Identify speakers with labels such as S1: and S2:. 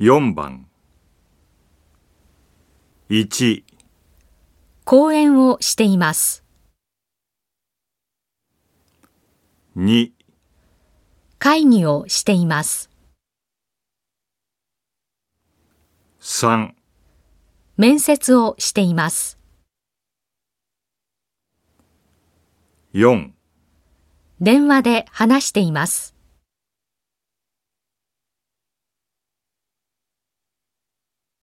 S1: 4番1
S2: 講演をしています。
S1: 2
S2: 会議をしています。
S1: 3
S2: 面接をしています。
S1: 4
S2: 電話で話しています。